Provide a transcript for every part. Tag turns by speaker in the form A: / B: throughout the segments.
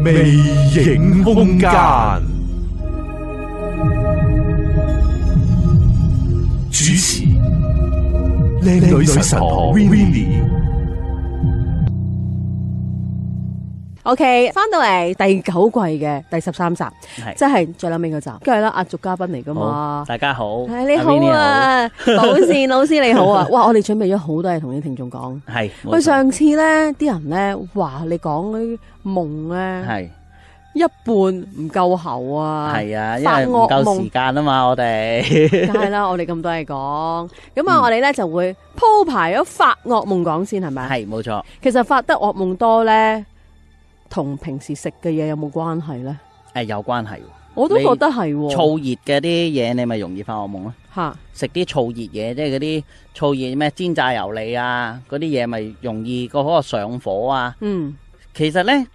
A: 魅影空間主持靚女神婆 Winnie。
B: OK，翻到嚟第九季嘅第十三集，
C: 係
B: 即係最撚尾嗰集，梗係啦，壓軸嘉賓嚟噶
C: 好
B: 嘛，。
C: 大家好，
B: 係你
C: 阿
B: 好
C: Vinny
B: 啊，寶善老師你好 啊，哇！我哋準備咗好多嘢同啲聽眾講。
C: 好，係
B: 喂，上次咧啲人咧話你講嗰啲夢咧
C: 係
B: 一半唔夠喉啊，
C: 係啊，因
B: 發
C: 為唔
B: 惡
C: 夠
B: 夢
C: 時間啊嘛，我 哋
B: 梗係啦，我哋咁多嘢講，咁啊我哋咧就會鋪排咗發惡夢講先係咪？
C: 係冇錯。
B: 其實發得惡夢多咧，同平時食嘅嘢有冇關係咧？
C: 誒有關係喎，
B: 我都
C: 你
B: 覺得係喎
C: 燥熱嘅啲嘢你咪容易發惡夢咯。
B: 嚇。
C: 食啲燥熱嘢，即係嗰啲燥熱咩煎炸油膩啊，嗰啲嘢咪容易個嗰個上火啊。
B: 嗯，
C: 其實咧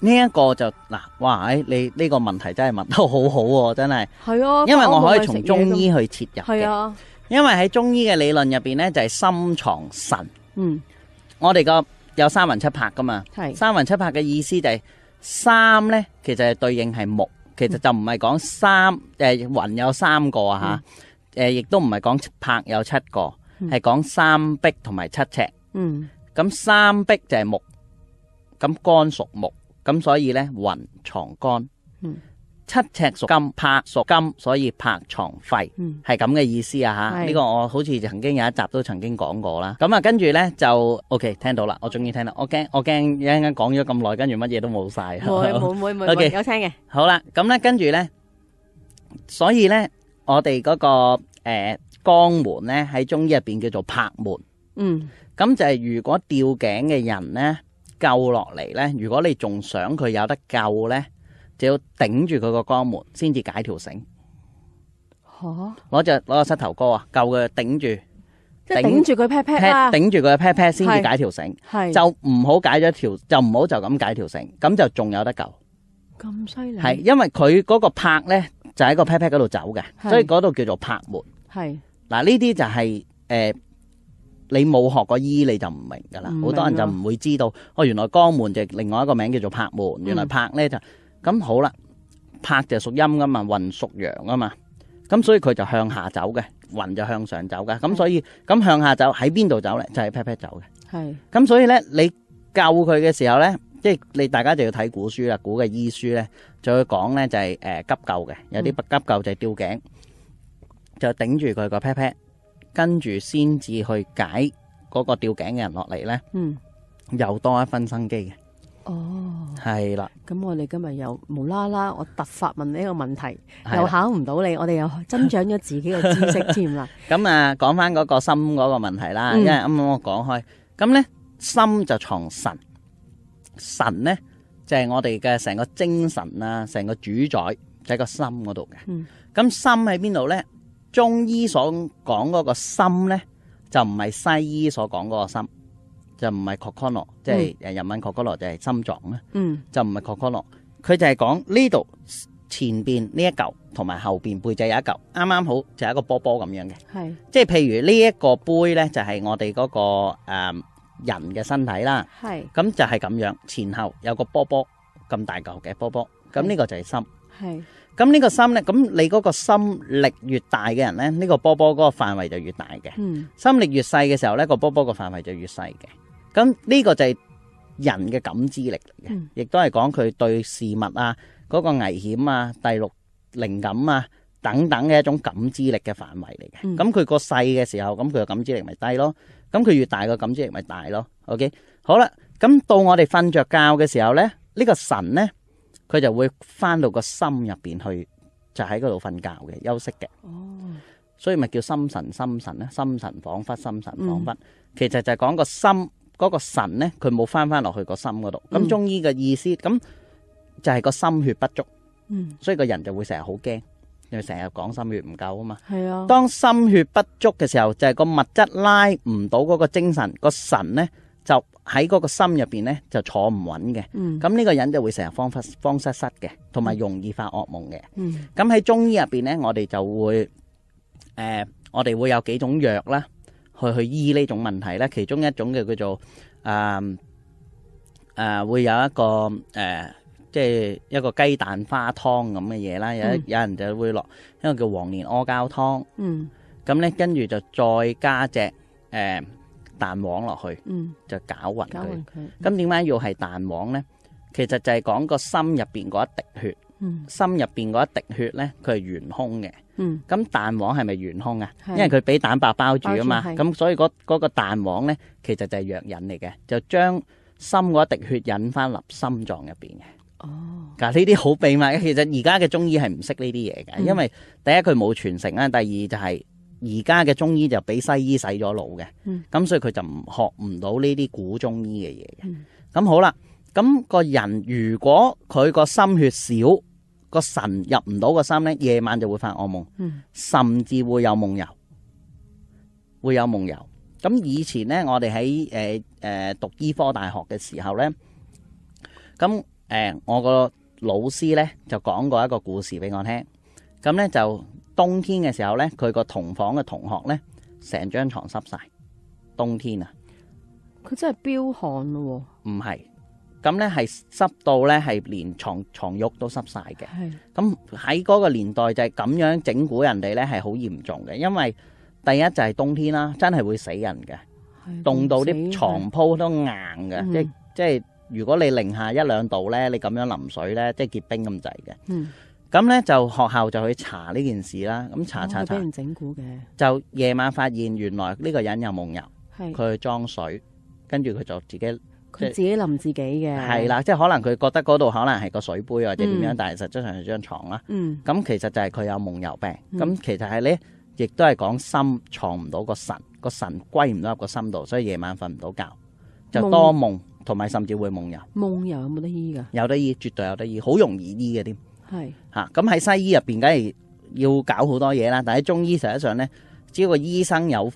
C: 呢一個就嗱，哇！誒你呢個問題真係問得好好喎，真係，
B: 系啊，
C: 因為我可以
B: 從
C: 從中醫去切入
B: 系
C: 嘅，
B: 啊，
C: 因為喺中醫嘅理論入邊咧就係心藏神。
B: 嗯，
C: 我哋個有三魂七魄噶嘛，
B: 係
C: 三魂七魄嘅意思就係、三呢，其實係對應係木，其實就唔係講三誒、呃、雲有三個啊嚇，誒亦都唔係講魄有七個，
B: 嗯
C: 係講三碧同埋七尺。
B: 嗯，
C: 咁三碧就係木，咁肝屬木，咁所以呢，雲藏肝。
B: 嗯
C: 七尺屬金，魄屬金，所以魄藏肺。
B: 嗯，
C: 係咁嘅意思啊吓，
B: 係
C: 呢個我好似曾經有一集都曾經講過啦。咁啊，跟住呢，就 OK 聽到啦，我終於聽到。我驚我驚一陣間講咗咁耐，跟住乜嘢都冇晒。
B: 冇冇冇冇
C: OK
B: 冇有聽嘅，
C: 好啦，咁呢，跟住呢，所以呢，我哋嗰、個诶肛門呢，喺中醫入边叫做拍門。
B: 嗯
C: 咁就係如果吊頸嘅人呢，救落嚟呢，如果你仲想佢有得救呢，就要頂住佢個肛門先至解條繩，
B: 吓，
C: 攞隻攞個膝頭哥啊，救佢頂住。
B: 即係
C: 頂
B: 頂住佢 pat pat 啦，
C: 頂住佢嘅 pat pat 先至
B: 係
C: 解條繩，
B: 係
C: 就唔好解咗條，就唔好就咁解條繩，咁就仲有得救。
B: 咁犀利，
C: 係因為佢嗰個拍咧就喺個 pat pat 嗰度走嘅，
B: 係
C: 所以嗰度叫做拍門。
B: 係
C: 嗱呢啲就係、呃你冇學過醫你就唔明㗎啦
B: 唔，明
C: 好多人就
B: 啊
C: 唔會知道，哦原來肛門就另外一個名叫做拍門，原來
B: 嗯
C: 拍咧就咁好啦，拍就屬陰㗎嘛，雲屬陽㗎嘛，咁所以佢就向下走嘅，雲就向上走㗎，咁所以咁向下走喺邊度走咧？就係 pat pat 走嘅。
B: 係
C: 咁所以咧，你救佢嘅時候咧，即係你大家就要睇古書啦，古嘅醫書咧，就會講咧就係、呃急救嘅，有啲不急救就係吊頸，就頂住佢個 pat pat，跟住先至去解嗰個吊頸嘅人落嚟咧，
B: 嗯，
C: 又多一分生機嘅，
B: 哦，
C: 係啦，
B: 咁我哋今日又無啦啦，我突發問呢一個問題，
C: 係
B: 又
C: 啦。
B: 考唔到你，我哋又增長咗自己嘅知識添 啦，
C: 咁啊，講翻嗰個心嗰個問題啦，
B: 嗯
C: 因為啱啱我講開，咁咧心就藏神，神咧就係、我哋嘅成個精神啊，成個主宰就喺個心嗰度嘅。
B: 嗯
C: 咁心喺邊度咧？中醫所講嗰個心咧，就唔係西醫所講嗰個心，就唔係 c o c o n o 即係誒人文 c o c o n o 就係心臟啦，
B: 嗯
C: 就唔係 c o c o n o 佢就係講呢度前邊呢一嚿同埋後邊背脊有一嚿，啱啱好就係一個波波咁樣嘅。
B: 係
C: 即係譬如呢一個杯呢，就係、我哋嗰、個、呃、人嘅身體啦。
B: 係
C: 咁就係咁樣，前後有個波波咁大嚿嘅波波。咁呢個就係心。
B: 係
C: 咁呢個心呢，咁你嗰個心力越大嘅人呢，呢、個波波嗰個範圍就越大嘅。
B: 嗯
C: 心力越細嘅時候呢，個波波個範圍就越細嘅。咁呢個就係人嘅感知力嚟嘅
B: 嗯，
C: 亦都係講佢對事物啊、嗰、個危險啊、第六靈感啊等等嘅一種感知力嘅範圍嚟
B: 嗯
C: 嘅。咁佢個細嘅時候，咁佢個感知力咪低咯。咁佢越大個感知力咪大咯。OK，好啦，咁到我哋瞓着覺嘅時候呢，呢、個神呢，佢就會翻到個心入邊去，就喺嗰度瞓覺嘅，休息嘅。
B: 哦
C: 所以咪叫心神心神咧，心神恍惚，心神
B: 嗯
C: 恍惚，其實就係講個心嗰、個神咧，佢冇翻翻落去個心嗰度。
B: 嗯
C: 咁中醫嘅意思，咁就係個心血不足，
B: 嗯
C: 所以個人就會成日好驚，又成日講心血唔夠啊嘛。
B: 係啊，
C: 當心血不足嘅時候，就係、個物質拉唔到嗰個精神，個神咧就喺嗰個心入邊咧就坐唔穩嘅。
B: 嗯
C: 咁呢個人就會成日慌忽慌失失嘅，同埋容易發惡夢嘅。
B: 嗯
C: 咁喺中醫入邊咧，我哋就會誒、呃我哋會有幾種藥啦，去去醫呢種問題咧。其中一種嘅叫做誒、呃誒會有一個誒、呃即係一個雞蛋花湯咁嘅嘢啦。有一
B: 嗯
C: 有人就會落一個叫黃連阿膠湯，
B: 嗯
C: 咁咧跟住就再加隻誒、呃蛋黃落去，
B: 嗯，
C: 就攪勻
B: 搞
C: 佢
B: 勻。佢，
C: 咁點解要係蛋黃咧？其實就係講個心入邊嗰一滴血，
B: 嗯
C: 心入邊嗰一滴血咧，佢係懸空嘅。
B: 嗯
C: 咁蛋黃係咪懸空啊？
B: 係
C: 因為佢俾蛋白包住啊嘛，
B: 包住係
C: 咁所以嗰嗰個蛋黃咧，其實就係藥引嚟嘅，就將心嗰一滴血引翻入心臟入邊嘅。
B: 哦，
C: 嗱，呢啲好秘密嘅，其實而家嘅中醫係唔識呢啲嘢嘅，
B: 嗯
C: 因為第一佢冇傳承啦，啊第二就係而家嘅中醫就俾西醫洗咗腦嘅，咁、
B: 嗯
C: 所以佢就唔學唔到呢啲古中醫嘅嘢嘅。
B: 嗯
C: 咁好啦，咁、個人如果佢個心血少，個神入唔到個心咧，夜晚就會發惡夢。
B: 嗯
C: 甚至會有夢遊，會有夢遊。咁以前呢，我哋喺誒誒讀醫科大學嘅時候呢，咁誒、呃我個老師呢就講過一個故事俾我聽。咁呢，就冬天嘅時候呢，佢個同房嘅同學呢，成張床濕晒。冬天啊，
B: 佢真係飆汗咯
C: 唔係咁呢，係濕到呢，係連床床褥都濕晒嘅
B: 喎，。係
C: 咁喺嗰個年代就係咁樣整蠱人哋呢係好嚴重嘅，因為第一就係冬天啦，真係會死人嘅，
B: 係
C: 凍到
B: 凍
C: 啲
B: 嗯死
C: 床鋪都硬嘅，
B: 嗯
C: 即即係如果你零下一兩度呢，你咁樣淋水呢，即係結冰咁滯嘅。
B: 嗯，
C: 咁呢，就學校就去查呢件事啦，咁查
B: 哦
C: 查
B: 佢
C: 查
B: 俾，人整蠱嘅，
C: 就夜晚發現原來呢個人有夢遊，
B: 係
C: 佢去裝水，跟住佢就自己
B: 佢
C: 即係
B: 自己淋自己嘅，
C: 係，啦，即係可能佢覺得嗰度可能係個水杯或者點樣，
B: 嗯
C: 但係實質上係張床啦。
B: 嗯
C: 咁其實就係佢有夢遊病，咁、
B: 嗯
C: 其實係咧，亦都係講心藏唔到個神，個神歸唔到入個心度，所以夜晚瞓唔到覺，就多夢，同埋甚至會夢遊，
B: 夢遊有冇得醫㗎？
C: 有得醫，絕對有得醫，好容易醫嘅添
B: 係
C: 嚇。咁、喺西醫入邊，梗係要搞好多嘢啦，但喺中醫實際上咧，只要個醫生有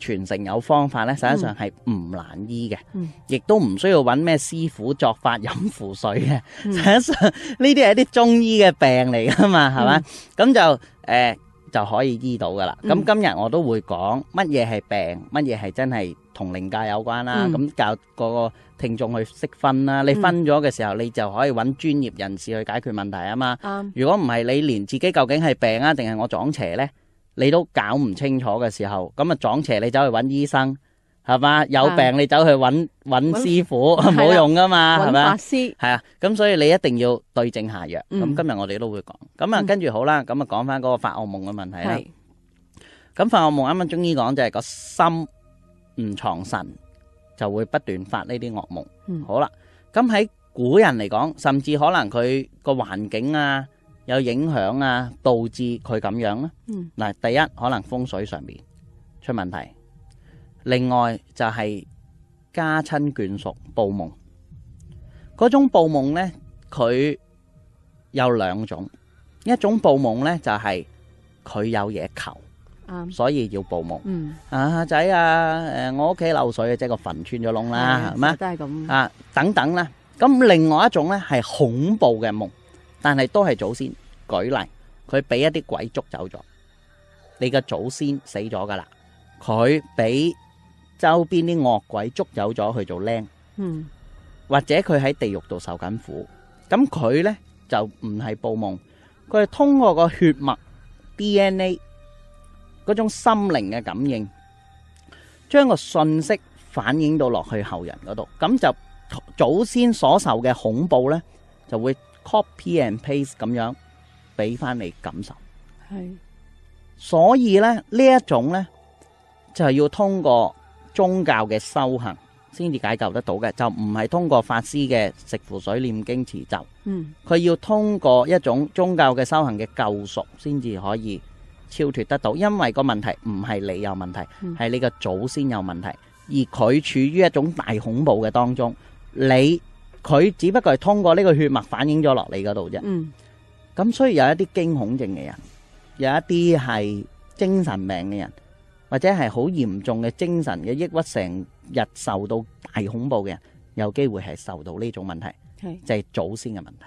C: 傳承有方法咧，實際上係唔難醫嘅
B: 嗯，
C: 亦、都唔需要揾咩師傅作法飲符水嘅。
B: 嗯
C: 實際上呢啲係一啲中醫嘅病嚟噶嘛，係嘛？咁就誒、呃就可以醫到噶啦。咁、
B: 嗯
C: 今日我都會講乜嘢係病，乜嘢係真係同靈界有關啦。
B: 嗯
C: 咁、教個個聽眾去識分啦。你分咗嘅時候，你就可以揾專業人士去解決問題啊嘛。
B: 啱，
C: 如果唔係，你連自己究竟係病啊，定係我撞邪呢？你都搞唔清楚嘅時候，咁啊撞邪你走去揾醫生，係嘛？有病你走去揾揾
B: 揾
C: 師傅，
B: 係啦
C: 冇用噶嘛，
B: 揾
C: 係咪啊
B: 法？師，
C: 系啊，咁所以你一定要對症下藥。咁、
B: 嗯
C: 今日我哋都會講。咁啊，
B: 嗯
C: 跟住好啦，咁啊講翻嗰個發惡夢嘅問題啦。
B: 係
C: 咁發惡夢啱啱中醫講就係個心唔藏神，就會不斷發呢啲惡夢。
B: 嗯
C: 好啦，咁喺古人嚟講，甚至可能佢個環境啊有影響啊，導致佢咁樣啦。
B: 嗯
C: 嗱，第一可能風水上面出問題，另外就係家親眷屬報夢，嗰種報夢呢，佢有兩種，一種報夢呢，就係佢有嘢求，
B: 啱，
C: 所以要報夢
B: 嗯
C: 啊仔啊，誒我屋企漏水啊，即係個墳穿咗窿啦，係嘛
B: 都係咁，
C: 啊等等啦。咁另外一種呢，係恐怖嘅夢，但係都係祖先。舉例，佢俾一啲鬼捉走咗，你嘅祖先死咗噶啦，佢俾周邊啲惡鬼捉走咗去做僆，
B: 嗯
C: 或者佢喺地獄度受緊苦。咁佢呢，就唔係報夢，佢係通過個血脈 DNA 嗰種心靈嘅感應，將個信息反映到落去後人嗰度，咁就祖先所受嘅恐怖呢，就會 copy and paste 咁樣俾翻你感受。
B: 係
C: 所以咧呢一種呢，就係要通過宗教嘅修行先至解救得到嘅，就唔係通過法師嘅食符水念經持咒，
B: 嗯
C: 佢要通過一種宗教嘅修行嘅救贖先至可以超脱得到，因為個問題唔係你有問題，
B: 嗯
C: 係你嘅祖先有問題，而佢處於一種大恐怖嘅當中，你佢只不過係通過呢個血脈反映咗落你嗰度啫。
B: 嗯
C: 咁所以有一啲驚恐症嘅人，有一啲係精神病嘅人，或者係好嚴重嘅精神嘅抑鬱，成日受到大恐怖嘅人，有機會係受到呢種問題，
B: 係
C: 就係、祖先嘅問題。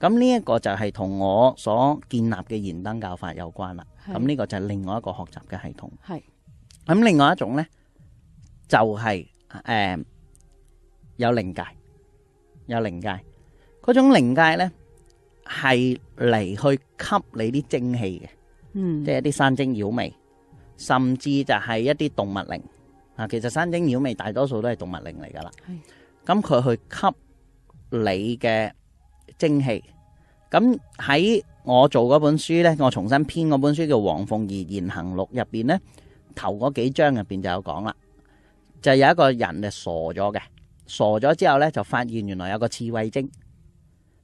C: 咁呢一個就係同我所建立嘅燃燈教法有關啦。
B: 係
C: 咁呢個就係另外一個學習嘅系統。
B: 係
C: 咁另外一種呢，就係、誒、有靈界，有靈界。嗰種靈界咧係嚟去吸你啲精氣嘅。
B: 嗯
C: 即係一啲山精妖魅，甚至就係一啲動物靈啊。其實山精妖魅大多數都係動物靈嚟㗎啦
B: 係。
C: 咁佢去吸你嘅精氣。咁喺我做嗰本書呢，我重新編嗰本書叫《黃鳳儀言行錄》入邊呢，頭嗰幾章入邊就有講啦，就有一個人就傻咗嘅，傻咗之後呢，就發現原來有個刺猬精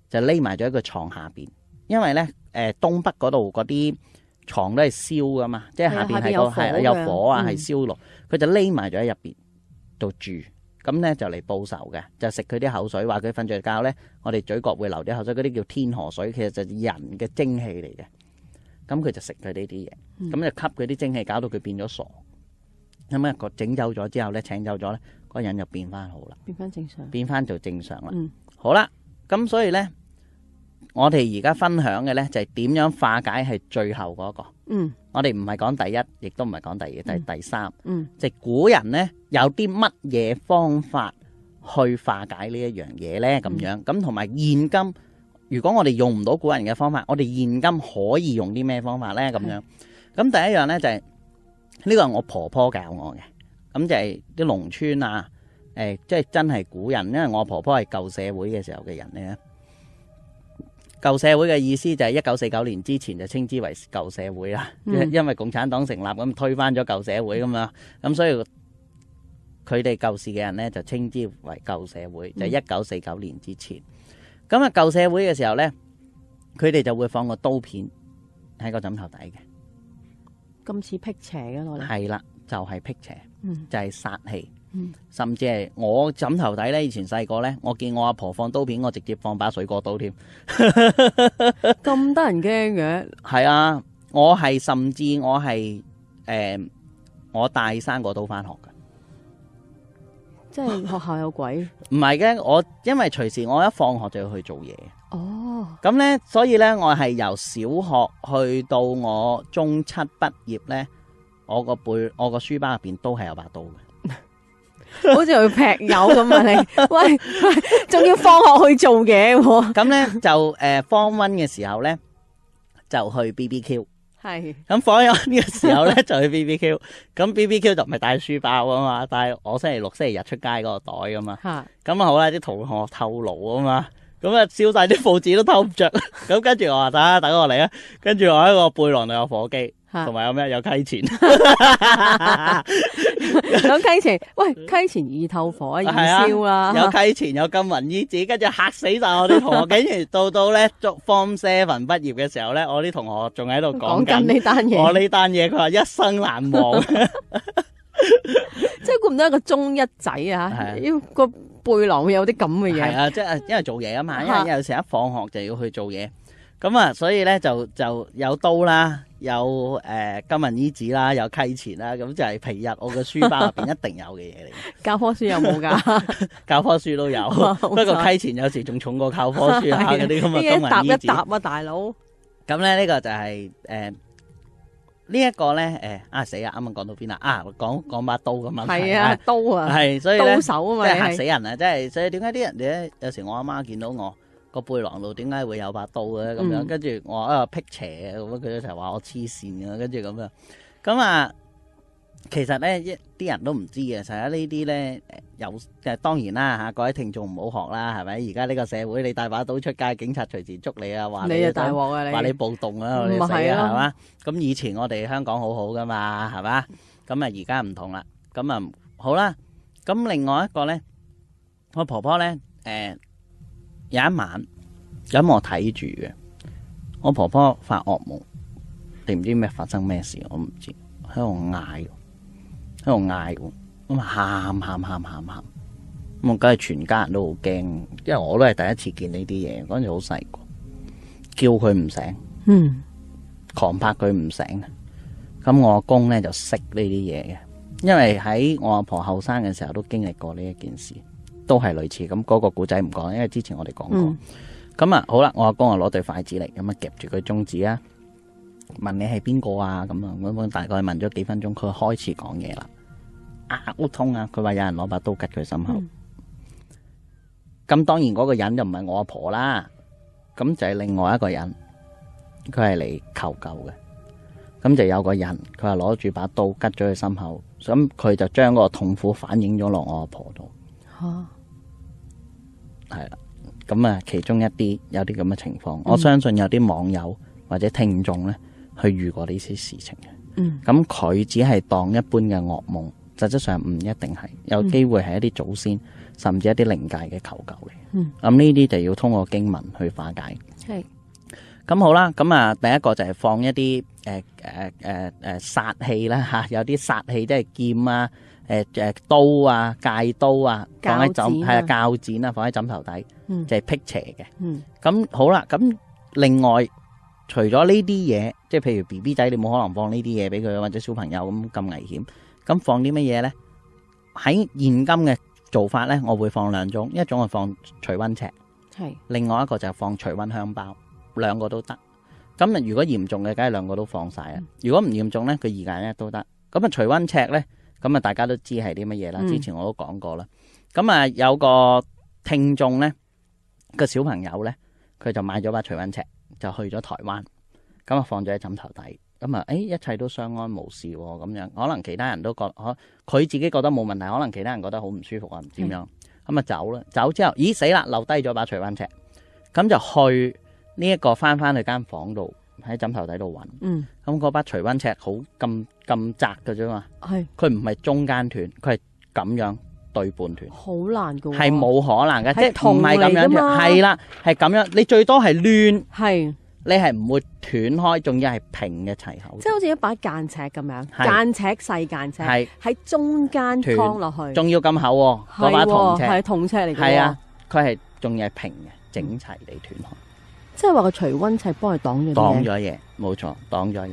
C: 就匿埋咗喺個床下邊，因為呢，誒、東北嗰度嗰啲床都係燒噶嘛，即係
B: 係啊
C: 下邊
B: 下邊
C: 係
B: 有
C: 個
B: 火
C: 係啦有
B: 嘅
C: 火啊，
B: 嗯
C: 係燒爐，佢就匿埋咗喺入邊度住，咁呢，就嚟報仇嘅，就食佢啲口水，話佢瞓着覺呢。我哋嘴角會流啲口水，嗰啲叫天河水，其實就係人嘅精氣嚟嘅。咁佢就食佢呢啲嘢，
B: 嗯
C: 咁就吸佢啲精氣，搞到佢變咗傻。咁啊，個整走咗之後咧，請走咗咧，個人就變翻好啦，
B: 變翻正常。
C: 變翻做正常啦。
B: 嗯
C: 好啦，咁所以咧，我哋而家分享嘅咧就係點樣化解係最後嗰、個。
B: 嗯
C: 我哋唔係講第一，亦都唔係講第二，第第三，
B: 嗯
C: 即係古人咧有啲乜嘢方法去化解呢一樣嘢咧？咁樣咁同埋現今，如果我哋用唔到古人嘅方法，我哋現今可以用啲咩方法咧？咁樣咁第一樣咧就係、呢個係我婆婆教我嘅，咁就係啲農村啊，誒、即係真係古人，因為我婆婆係舊社會嘅時候嘅人咧。舊社會嘅意思就係一九四九年之前就稱之為舊社會啦，因、
B: 嗯
C: 因為共產黨成立咁推翻咗舊社會咁啊，咁所以佢哋舊時嘅人咧就稱之為舊社會，就一九四九年之前。咁啊舊社會嘅時候咧，佢哋就會放個刀片喺個枕頭底嘅，
B: 咁似辟邪嘅攞嚟。
C: 係啦，就係辟邪。
B: 嗯
C: 就係殺氣，
B: 嗯
C: 甚至係我枕頭底咧。以前細個咧，我見我阿婆放刀片，我直接放把水果刀添。
B: 咁得人驚嘅。
C: 係啊，我係甚至我係诶、誒我帶生果刀翻學嘅。
B: 即係學校有鬼。
C: 唔係嘅，我因為隨時我一放學就要去做嘢，
B: 哦，
C: 咁咧，所以咧我係由小學去到我中七畢業咧，我個背我個書包入邊都係有把刀嘅。
B: 好似去劈友咁啊！ 你喂喂，仲要放學去做嘢喎。
C: 咁咧就诶，方 o 嘅時候咧就去 B B Q。
B: 係
C: 咁火友呢 個時候咧就去 BBQ，咁 BBQ 就唔係帶書包啊嘛，帶我星期六、星期日出街嗰個袋噶嘛。
B: 嚇，
C: 咁啊好啦，啲同學透露啊嘛，咁啊燒晒啲報紙都偷唔着。 咁跟住我話得，等我嚟啊。跟住我喺個背囊度有火機，
B: 嚇
C: 同埋有咩有 溪錢，
B: 咁溪前，喂溪前易透火啊，易
C: 係啊
B: 燒啦。
C: 有溪錢，有金銀衣紙，跟住嚇死晒我啲同學。竟然到到咧 form seven 畢業嘅時候咧，我啲同學仲喺度
B: 講
C: 講
B: 緊
C: 緊
B: 呢單
C: 我
B: 嘢，
C: 呢單嘢，佢話一生難忘。
B: 即係估唔到一個中一仔啊，
C: 係
B: 要個背囊會有啲咁嘅
C: 係
B: 嘢。
C: 啊，即係因為做嘢啊嘛，
B: 嚇
C: 因為有時一放學就要去做嘢，咁啊，所以咧就就有刀啦，有誒、呃金銀衣紙啦，有溪錢啦，咁就係平日我嘅書包入邊一定有 嘅嘢嚟嘅，
B: 教科書有冇㗎？
C: 教科書都有，
B: 好
C: 不過
B: 慘
C: 溪錢有時仲重過 教科書啊嗰啲咁
B: 啲
C: 嘅
B: 嘢搭
C: 金銀衣
B: 一
C: 紙。
B: 搭啊，大佬。
C: 咁咧呢個就係、呃呢一個咧誒啊死啊！啱啱講到邊啦啊，講講把刀咁問題
B: 係啊，，刀啊，
C: 係所以咧
B: 刀。手啊嘛，
C: 真係
B: 你
C: 嚇
B: 係
C: 死人啊！真係，所以點解啲人咧有時我阿媽見到我個背囊度點解會有把刀嘅咁樣，
B: 嗯
C: 跟住我啊辟邪啊咁樣，佢就成日話我黐線嘅，跟住咁樣。咁啊，其實咧一啲人都唔知嘅，成日呢啲咧有誒當然啦嚇，各位聽眾唔好學啦，係咪？而家呢個社會你帶把刀出街，警察隨時捉你啊，話
B: 你
C: 啊
B: 啊大鑊啊
C: 話你
B: 你，
C: 暴動啊，你
B: 咪
C: 死啊，
B: 係咯
C: 係嘛？咁以前我哋香港好好噶嘛，係嘛？咁啊而家唔同啦，咁啊好啦。咁另外一個咧，我婆婆咧，誒、有一晚，咁我睇住嘅，我婆婆發惡夢，定唔知咩發生咩事，我唔知，喺度嗌喎，喺度嗌喎，咁啊喊喊喊喊喊，咁我梗係全家人都好驚，因為我都係第一次見呢啲嘢，嗰陣時好細個，叫佢唔醒。
B: 嗯，
C: 狂拍佢唔醒。咁我阿公咧就識呢啲嘢嘅，因為喺我阿婆後生嘅時候都經歷過呢一件事，都係類似咁嗰、個古仔唔講，因為之前我哋講
B: 嗯
C: 過。咁啊、好啦，我阿公啊攞對筷子嚟，咁啊夾住佢中指啊，問你係邊個啊？咁啊，咁樣大概問咗幾分鐘，佢開始講嘢啦。啊，好痛啊！佢話有人攞把刀吉佢心口。咁當然嗰個人就唔係我阿婆啦，咁就係另外一個人，佢係嚟求救嘅。咁就有個人，佢話攞住把刀拮咗佢心口，咁佢就將嗰個痛苦反映咗落我阿婆度，
B: 嚇
C: 係啦。咁啊，其中一啲有啲咁嘅情況，
B: 嗯
C: 我相信有啲網友或者聽眾呢，去遇過呢啲事情嘅。
B: 嗯
C: 咁佢只係當一般嘅噩夢，實質上唔一定係，有
B: 嗯
C: 機會係一啲祖先，甚至一啲靈界嘅求救嚟。
B: 嗯，
C: 咁呢啲就要通過經文去化解。
B: 係
C: 咁好啦，咁啊，第一個就係放一啲呃誒誒誒誒呃殺氣啦 嚇，有啲殺氣即係劍啊、誒、誒刀啊、戒刀啊，放喺枕
B: 鉸剪
C: 係
B: 啊
C: 啊鉸剪啊，放喺枕頭底，
B: 嗯
C: 就係辟邪嘅。
B: 嗯
C: 咁好啦，咁另外除咗呢啲嘢，即係譬如 B B 仔，你冇可能放呢啲嘢俾佢，或者小朋友咁咁危險。咁放啲乜嘢呢？喺現今嘅做法呢，我會放兩種，一種係放除瘟尺，
B: 係
C: 另外一個就係放除瘟香包，兩個都得。咁啊，如果嚴重嘅，梗係兩個都放晒啊。如果唔嚴重呢，佢二揀一都得。咁啊，除瘟尺呢，咁啊，大家都知係啲乜嘢啦。
B: 嗯
C: 之前我都講過啦。咁啊，有個聽眾呢，個小朋友呢，佢就買咗把除瘟尺，就去咗台灣，咁啊放咗喺枕頭底。咁啊，誒、一切都相安無事喎、咁樣可能其他人都覺可佢自己覺得冇問題，可能其他人覺得好唔舒服啊，唔知點樣。咁啊走啦，走之後，咦死啦，留低咗把除瘟尺，咁就去呢、一個翻翻去間房度喺枕頭底度揾。
B: 嗯
C: 咁嗰把除瘟尺好咁咁窄嘅啫嘛，
B: 係
C: 佢唔係中間斷，佢係咁樣對半斷。
B: 好難嘅喎，
C: 係冇可能嘅，
B: 係
C: 即係唔係咁
B: 銅嚟㗎
C: 樣嘅，
B: 嘛
C: 係啦，係咁樣，你最多係攣，
B: 係
C: 你係唔會斷開，仲要係平嘅齊口，
B: 即係好似一把間尺咁樣，
C: 係
B: 間尺細間尺
C: 係
B: 喺中間
C: 斷
B: 劏落去，
C: 仲要咁厚喎，嗰把銅
B: 係
C: 尺，
B: 銅尺嚟嘅，
C: 係啊，，佢係仲要係平嘅，整齊地斷開。
B: 即係話個除瘟尺幫佢擋咗啲
C: 擋
B: 嘢，
C: 咗嘢，冇錯，擋咗嘢。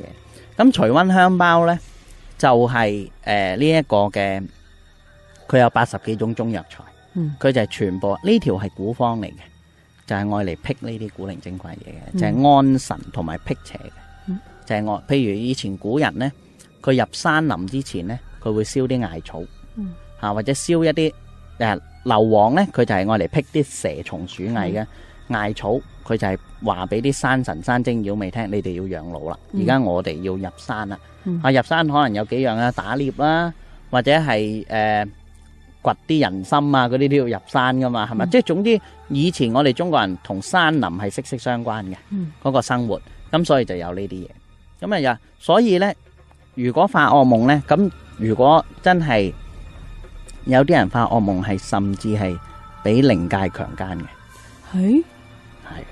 C: 咁除温香包呢，就係誒呢一個嘅，佢有八十幾種中藥材，
B: 嗯
C: 佢就係全部呢條係古方嚟嘅，就係愛嚟辟呢啲古靈精怪嘢嘅，
B: 嗯
C: 就係安神同埋辟邪嘅
B: 嗯，
C: 就係我譬如以前古人呢，佢入山林之前呢，佢會燒啲艾草
B: 嗯，
C: 嚇或者燒一啲誒硫磺呢，佢就係愛嚟辟啲蛇蟲鼠蟻
B: 嗯
C: 嘅。艾草，佢就係話俾啲山神山精妖未聽，你哋要養老啦。
B: 嗯
C: 而家我哋要入山啦，
B: 嗯
C: 啊入山可能有幾樣啊，打獵啦，或者係誒、呃掘啲人參啊，嗰啲都要入山噶嘛，係咪？
B: 嗯
C: 即係總之，以前我哋中國人同山林係息息相關嘅。
B: 嗯
C: 嗰個生活，咁所以就有呢啲嘢。咁啊又，所以呢，如果發惡夢呢，咁如果真係有啲人發惡夢係甚至係俾靈界強姦嘅，
B: 係
C: 係。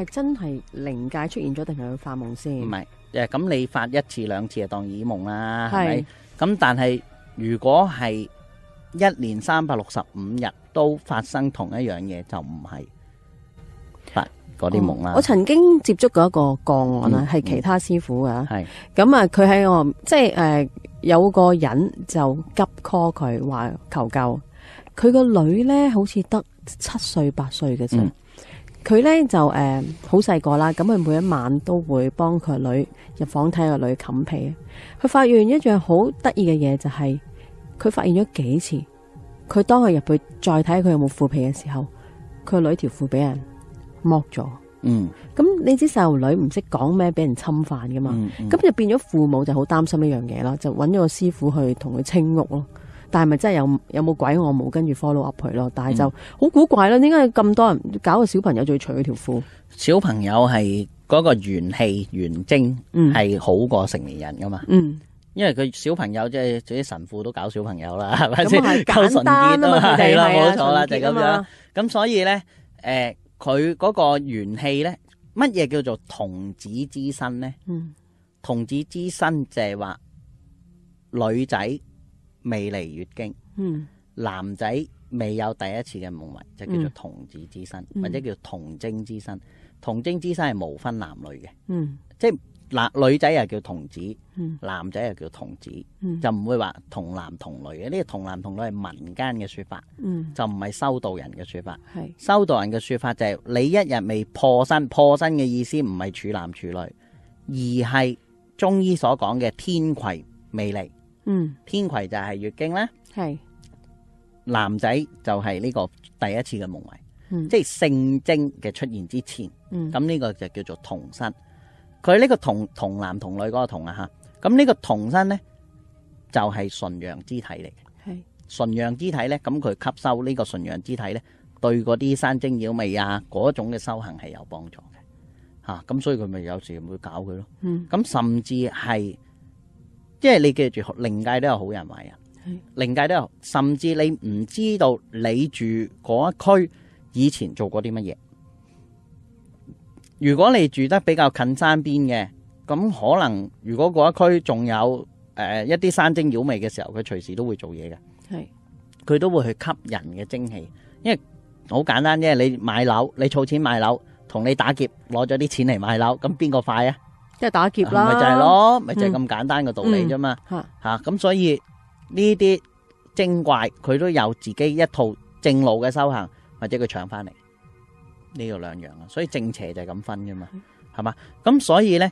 B: 係真係靈界出現咗定係佢發夢先？
C: 唔係誒，咁你發一次兩次就當耳夢啦，係
B: 係
C: 咪？咁但係如果係一年三百六十五日都發生同一樣嘢，就唔係發嗰啲夢啦。啊
B: 我曾經接觸過一個個案啦，啊
C: 嗯
B: 係其他師傅噶。
C: 係
B: 咁啊，佢喺我即係誒、呃有個人就急 call 佢話求救，佢個女咧好似得七歲八歲嘅啫
C: 嗯。
B: 佢咧就誒好細個啦，咁佢每一晚都會幫佢個女入房睇個女冚被。佢發現一樣好得意嘅嘢就係、佢發現咗幾次，佢當佢入去再睇佢有冇褲被嘅時候，佢個女條褲俾人剝咗。
C: 嗯
B: 咁你知細路女唔識講咩，俾人侵犯噶嘛？
C: 嗯嗯
B: 咁就變咗父母就好擔心呢樣嘢啦，就揾咗個師傅去同佢清屋咯。但係咪真係有有冇鬼我冇跟住 follow up 佢咯？但係
C: 嗯
B: 就好古怪啦，點解咁多人搞個小朋友仲要除佢條褲？
C: 小朋友係嗰個元氣元精
B: 嗯
C: 係好過成年人噶嘛，
B: 嗯，
C: 因為佢小朋友即係啲神父都搞小朋友啦，係咪
B: 咁
C: 先？
B: 係
C: 搞
B: 簡
C: 純潔啊
B: 單啊嘛，佢
C: 係
B: 哋
C: 啦，
B: 係啊
C: 冇錯啦，就係
B: 純
C: 咁
B: 潔啊
C: 樣
B: 嘛。
C: 咁所以咧，誒佢嗰個元氣咧，乜嘢叫做童子之身咧？
B: 嗯
C: 童子之身就係話女仔未嚟月經，
B: 嗯
C: 男仔未有第一次嘅夢遺，就叫做
B: 嗯
C: 童子之身，
B: 嗯
C: 或者叫童貞之身。童貞之身係無分男女嘅，
B: 嗯
C: 男女仔又叫童子，
B: 嗯
C: 男仔又叫童子，
B: 嗯
C: 就唔會話童男童女嘅。呢個童男童女係民間嘅說法，
B: 嗯，
C: 就唔係修道人嘅說法。
B: 係
C: 修道人嘅說法就係、你一日未破身，破身嘅意思唔係處男處女，而係中醫所講嘅天癸未嚟。
B: 嗯
C: 天癸就係月經啦，
B: 係
C: 男仔就係呢個第一次嘅夢遺，
B: 嗯
C: 即係性徵嘅出現之前，
B: 嗯
C: 咁呢個就叫做童身。佢呢個童童男童女嗰個童啊吓，咁呢個童身呢，就係純陽之體嚟嘅。
B: 系
C: 純陽之體呢，咁佢吸收呢個純陽之體呢，對嗰啲山精妖魅啊嗰種嘅修行係有幫助嘅嚇。咁、所以佢咪有時會搞佢咯。
B: 嗯
C: 咁甚至係即係你記住，靈界都有好人壞人，靈界都有，甚至你唔知道你住嗰一區以前做過啲乜嘢。如果你住得比較近山邊嘅，咁可能如果嗰一區仲有誒、呃一啲山精妖魅嘅時候，佢隨時都會做嘢嘅。
B: 系
C: 佢都會去吸人嘅精氣，因為好簡單啫。你買樓，你儲錢買樓，同你打劫攞咗啲錢嚟買樓，咁邊個快啊？
B: 即係打劫
C: 啊
B: 啦，嗯
C: 咪就係咯，咪就係咁簡單嘅道理啫嘛。
B: 吓。
C: 嚇咁、所以呢啲精怪佢都有自己一套正路嘅修行，或者佢搶翻嚟，呢度兩樣啊。所以正邪就係咁分噶嘛，
B: 嗯
C: 係嘛？咁所以呢，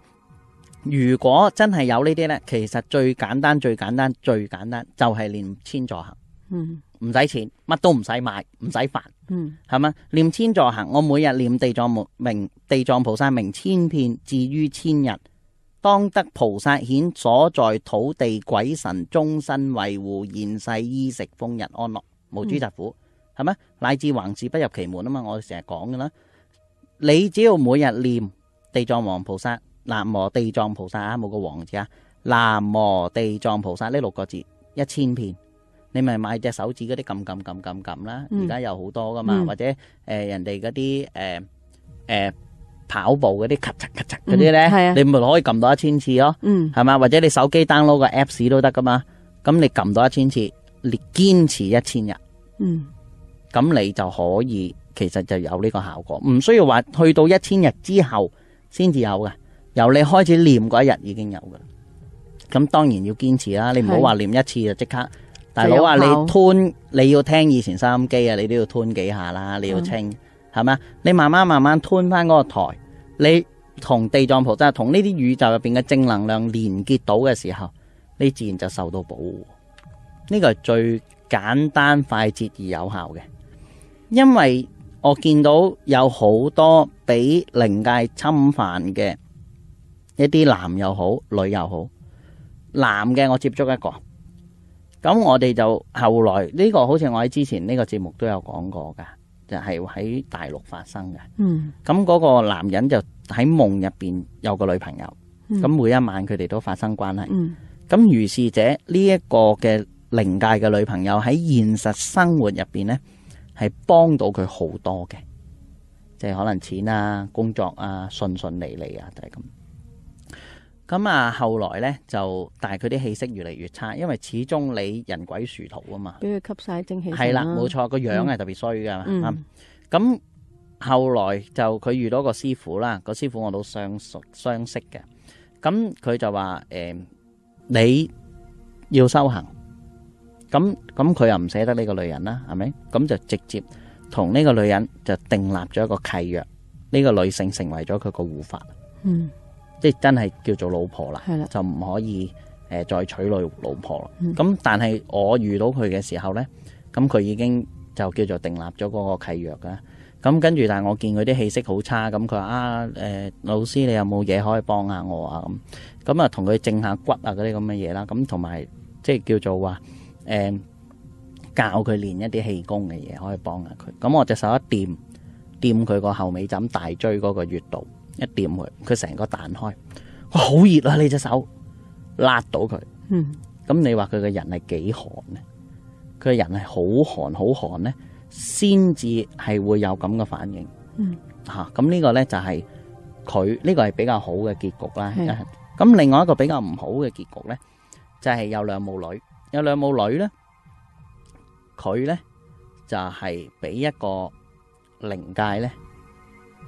C: 如果真係有呢啲呢，其實最簡單、最簡單、最簡單就係練千座行。
B: 嗯
C: 唔使錢，乜都唔使買，唔使煩，
B: 嗯
C: 係咪？念千座行，我每日念地藏菩明地藏菩薩明千遍，至於千日，當得菩薩顯所在土地鬼神終身維護，現世衣食豐日安樂，無諸疾苦，係咪？乃至橫事不入其門啊嘛，我哋成日講噶啦。你只要每日念地藏王菩薩，南無地藏菩薩啊，冇個王字啊，南無地藏菩薩呢六個字一千遍。你咪買隻手指嗰啲撳撳撳撳撳啦，
B: 嗯
C: 而家有好多噶嘛，
B: 嗯
C: 或者誒、呃人哋嗰啲誒誒跑步嗰啲咔嚓咔嚓嗰啲咧，
B: 嗯係啊
C: 你咪可以撳到一千次咯，
B: 嗯
C: 係嘛？或者你手機 download 個 Apps 都得噶嘛，咁你撳到一千次，你堅持一千日。
B: 嗯
C: 咁你就可以其實就有呢個效果，唔需要話去到一千日之後先至有嘅，由你開始念嗰一日已經有噶啦。咁當然要堅持啦，你唔好
B: 係
C: 話念一次就即刻。大佬話
B: 就
C: 你
B: 有效
C: 吞，你要聽以前收音機啊，你都要吞幾下啦，你要清係咪啊？你慢慢慢慢吞翻嗰個台，你同地藏菩薩同呢啲宇宙入邊嘅正能量連結到嘅時候，你自然就受到保護。呢個係最簡單、快捷而有效嘅。因為我見到有好多俾靈界侵犯嘅一啲男又好，女又好，男嘅我接觸一個，咁我哋就後來呢、個好似我喺之前呢個節目都有講過噶，就係、喺大陸發生嘅。
B: 嗯
C: 咁嗰個男人就喺夢入邊有個女朋友，
B: 嗯
C: 咁每一晚佢哋都發生關係。
B: 嗯
C: 咁如是者呢一個嘅靈界嘅女朋友喺現實生活入邊呢，係幫到佢好多嘅，即係可能錢啊、工作啊、順順利利啊，就係咁。咁啊，後來呢，就，但係佢啲氣息越嚟越差，因為始終你人鬼殊途啊嘛，
B: 俾佢吸晒精氣神。啊
C: 係啦，冇錯，個樣係特別衰噶
B: 嗯
C: 嘛。咁後來就佢遇到個師傅啦，個師傅我都相熟相識嘅。咁佢就話：誒、你要修行。咁咁佢又唔捨得呢個女人啦，係咪？咁就直接同呢個女人就訂立咗一個契約，呢、個女性成為咗佢個護法，
B: 嗯
C: 即係真係叫做老婆啦。
B: 係啦，
C: 就唔可以誒、呃再娶女老婆啦。
B: 嗯
C: 咁、但係我遇到佢嘅時候呢，咁佢已經就叫做訂立咗嗰個契約啦。咁跟住，但係我見佢啲氣息好差，咁佢話啊誒、呃老師你有冇嘢可以幫下我啊咁？咁啊同佢正下骨啊嗰啲咁嘅嘢啦，咁同埋即係叫做話誒、呃教佢練一啲氣功嘅嘢，可以幫下佢。咁我隻手一掂掂佢個後尾枕大椎嗰個穴道，一掂佢，佢成個彈開。哇，好熱啊！你隻手辣到佢，
B: 嗯
C: 咁你話佢嘅人係幾寒呢？佢嘅人係好寒好寒呢，先至係會有咁嘅反應
B: 嗯
C: 吓。咁呢個呢，就係佢呢個係比較好嘅結局
B: 係
C: 啦。咁另外一個比較唔好嘅結局呢，就係有兩母女，有兩母女呢，佢呢，就係俾一個靈界呢，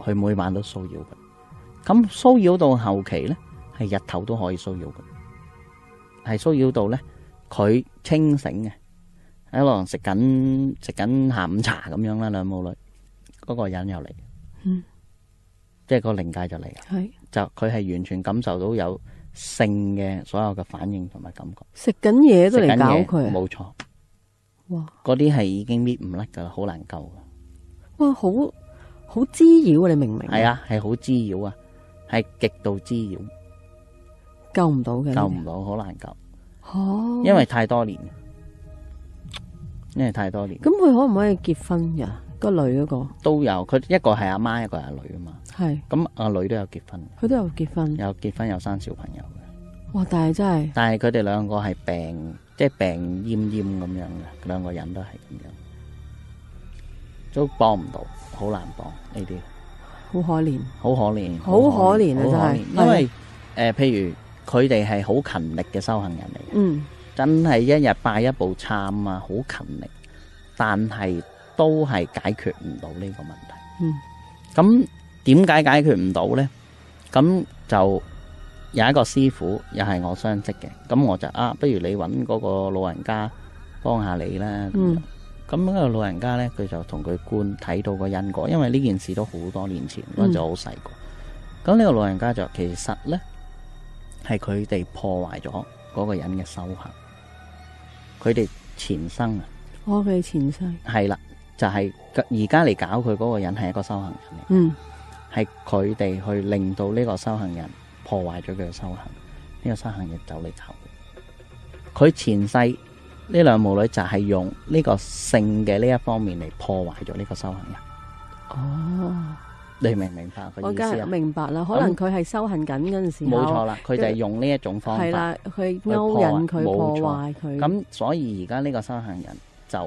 C: 佢每晚都騷擾佢。咁騷擾到後期呢，係日頭都可以騷擾佢，係騷擾到呢，佢清醒嘅，喺度食緊食緊下午茶咁樣啦，兩母女，嗰、個人又嚟，
B: 嗯
C: 即係個靈界就嚟啦，
B: 係
C: 就佢係完全感受到有性嘅所有嘅反應同埋感覺，
B: 食緊嘢都
C: 食
B: 嚟
C: 緊嘢
B: 搞佢啊。
C: 冇錯，
B: 哇
C: 嗰啲係已經搣唔甩噶啦，好難救噶。
B: 哇，好好滋擾啊！你明唔明？
C: 係，啊，係好滋擾啊，係極度滋擾，
B: 救唔到嘅。
C: 救唔到，好難救，
B: 哦，
C: 因為太多年，因為太多年
B: 咁佢可唔可以結婚㗎？個女嗰個
C: 都有，佢一個係阿媽，一個係阿女啊嘛。
B: 係，
C: 咁阿女都有結婚，
B: 佢都有結婚。
C: 有結婚有生小朋友嘅，
B: 哇！但係真係
C: 但係佢哋兩個係病，即係病奄奄咁樣嘅，兩個人都係咁樣，都幫唔到，好難幫呢啲。
B: 好可憐。
C: 好可憐，
B: 好可憐啊
C: 好可憐
B: 真係
C: 因為誒、呃譬如佢哋係好勤力嘅修行人嚟嘅，
B: 嗯，
C: 真係一日拜一部參啊，好勤力，但係都係解決唔到呢個問題。
B: 嗯，
C: 咁點解解決唔到呢？咁就有一個師傅，又係我相識嘅，咁我就啊，不如你揾嗰個老人家幫下你啦。咁樣
B: 嗯
C: 咁嗰個老人家呢，佢就同佢觀睇到個因果，因為呢件事都好多年前，嗰陣就好細個。咁呢個老人家就其實呢，係佢哋破壞咗嗰個人嘅修行，佢哋前生啊，
B: 我嘅前世。
C: 係啦，就係而家嚟搞佢嗰個人係一個修行人嚟，
B: 嗯
C: 係佢哋去令到呢個修行人破壞咗佢嘅修行，呢、個修行人走嚟搞佢。佢前世呢兩母女就係用呢個性嘅呢一方面嚟破壞咗呢個修行人，
B: 哦，
C: 你明唔明白個
B: 我
C: 意
B: 梗
C: 思
B: 係
C: 啊？
B: 明白啦。可能佢係修行緊嗰陣時候，
C: 冇錯啦，佢就係用呢一種方
B: 係
C: 法，
B: 啦，佢勾引佢
C: 去破啊
B: 破壞
C: 壞
B: 佢。
C: 咁所以而家呢個修行人就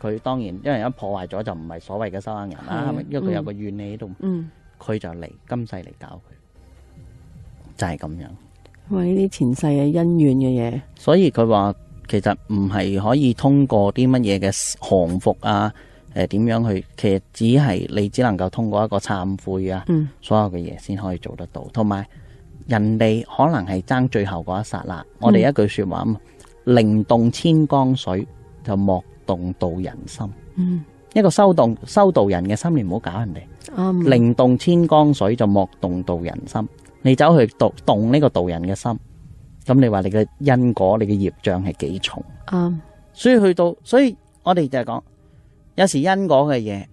C: 佢當然因為一破壞咗就唔係所謂嘅修行人
B: 係啊
C: 啦，係咪？因為佢有
B: 嗯
C: 個怨氣喺度。
B: 嗯，
C: 佢就嚟今世嚟搞佢，就係、咁樣。
B: 因為呢啲前世嘅恩怨嘅嘢。
C: 所以佢話其實唔係可以通過啲乜嘢嘅降服啊，誒、點樣去，其實只係你只能夠通過一個懺悔啊，
B: 嗯
C: 所有嘅嘢先可以做得到。同埋人哋可能係爭最後嗰一剎那，我哋一句説話啊嘛，靈動千江水，就莫動道人心。
B: 嗯，
C: 一個修動修道人嘅心，你唔好搞人哋。
B: 啱。
C: 靈動千江水就莫動道人心。你走去動動呢個道人嘅心，咁你話你嘅因果、你嘅業障係幾重？
B: 啱。
C: 所以去到，所以我哋就係講，有時因果嘅嘢，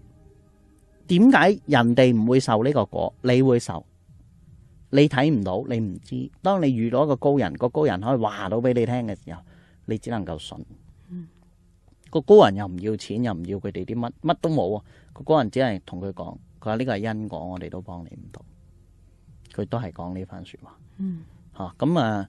C: 點解人哋唔會受呢個果，你會受？你睇唔到，你唔知。當你遇到一個高人，個高人可以話到俾你聽嘅時候，你只能夠信。個高人又唔要錢，又唔要佢哋啲乜，乜都冇啊！個高人只係同佢講，佢話呢個係因果，我哋都幫你唔到。佢都係講呢番説話。
B: 嗯
C: 嚇咁啊，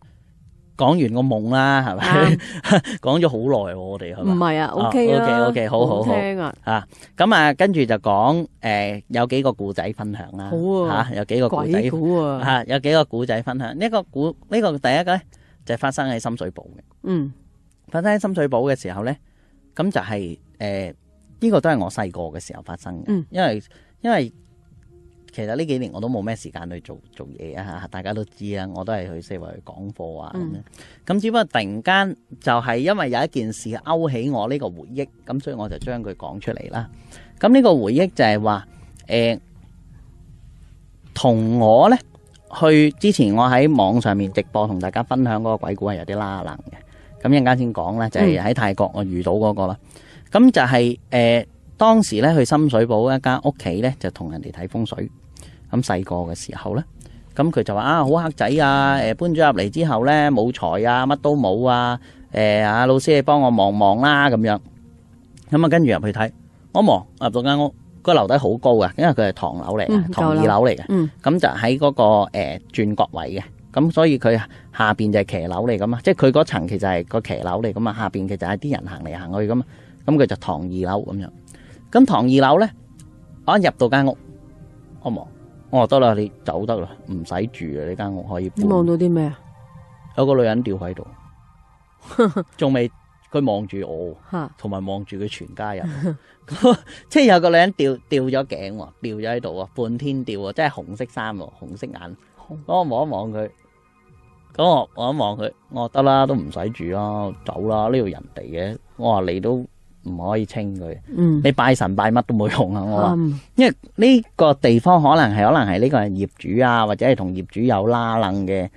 C: 講完個夢啦，係咪
B: 啱？啊
C: 講咗好耐喎，我哋係
B: 唔
C: 咪？
B: 係啊
C: 哦
B: ，OK 啦
C: OK，OK，好好好
B: 聽啊，
C: 啊，咁啊，跟住就講誒、有幾個故仔分享啦。
B: 好啊
C: 嚇有幾個故
B: 鬼
C: 仔
B: 故
C: 嚇、
B: 啊，
C: 有幾個故仔分享。呢、個故呢、個第一個咧，就係發生喺深水埗嘅。
B: 嗯
C: 發生喺深水埗嘅時候咧，咁就係誒呢個都係我細個嘅時候發生嘅，
B: 嗯
C: 因為因為其實呢幾年我都冇咩時間去做做嘢啊，大家都知啊，我都係去四圍去講課啊咁樣。咁、只不過突然間就係因為有一件事勾起我呢個回憶，咁所以我就將佢講出嚟啦。咁呢個回憶就係話誒，同、我咧去之前我喺網上面直播同大家分享嗰個鬼故係有啲拉冷嘅。咁一陣間先講啦，就係、喺泰國我遇到嗰個啦。咁就係、誒、當時咧去深水埗一間屋企咧，就同人哋睇風水。咁細個嘅時候咧，咁佢就話啊好黑仔啊，誒搬咗入嚟之後咧冇財啊，乜都冇啊，誒啊老師你幫我望望啦咁樣。咁啊跟住入去睇，我望入到間屋，個樓底好高啊，因為佢係唐樓嚟
B: 嗯
C: 嘅，唐二
B: 舊樓
C: 樓嚟嘅。
B: 嗯
C: 咁就喺嗰、個誒、呃、轉角位嘅，咁所以佢下邊就係騎樓嚟噶嘛，即係佢嗰層其實係個騎樓嚟噶嘛，下邊其實係啲人行嚟行去噶嘛，咁佢就唐二樓咁樣。咁唐二樓咧，我一入到間屋，我望，我話得啦，你走得啦，唔使住啊啦，呢間屋可以
B: 你望
C: 搬。
B: 到啲咩啊？
C: 有個女人吊喺 度，仲未佢望住我，
B: 吓，
C: 同埋望住佢全家人， 即係有個女人吊吊咗頸喎，吊咗喺度喎，半天吊喎，即係紅色衫喎，紅色眼。
B: 好
C: 咁我望一望佢，咁我望一望佢，我話得啦，都唔使住啦，走啦，呢度人哋嘅，我話你都唔可以清佢，
B: 嗯
C: 你拜神拜乜都冇用啊！我話，
B: 啱，
C: 因為呢個地方可能係可能係呢個係業主啊，或者係同業主有拉楞嘅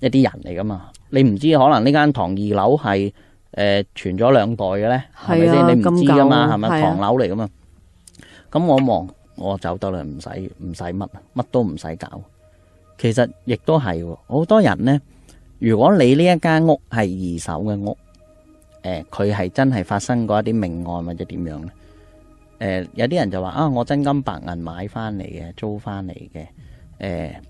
C: 一啲人嚟噶嘛，你唔知可能呢間唐二樓係。誒、诶傳咗兩代嘅咧，係咪
B: 係啊
C: 先？你唔知噶嘛，
B: 咁舊
C: 係咪
B: 係啊
C: 唐樓嚟噶嘛？咁我望我走得啦，唔使唔使乜，乜都唔使搞。其實亦都係喎，好多人咧，如果你呢一間屋係二手嘅屋，诶、呃佢係真係發生過一啲命案或者點樣咧？诶、有啲人就話啊，我真金白銀買翻嚟嘅，租翻嚟嘅，诶、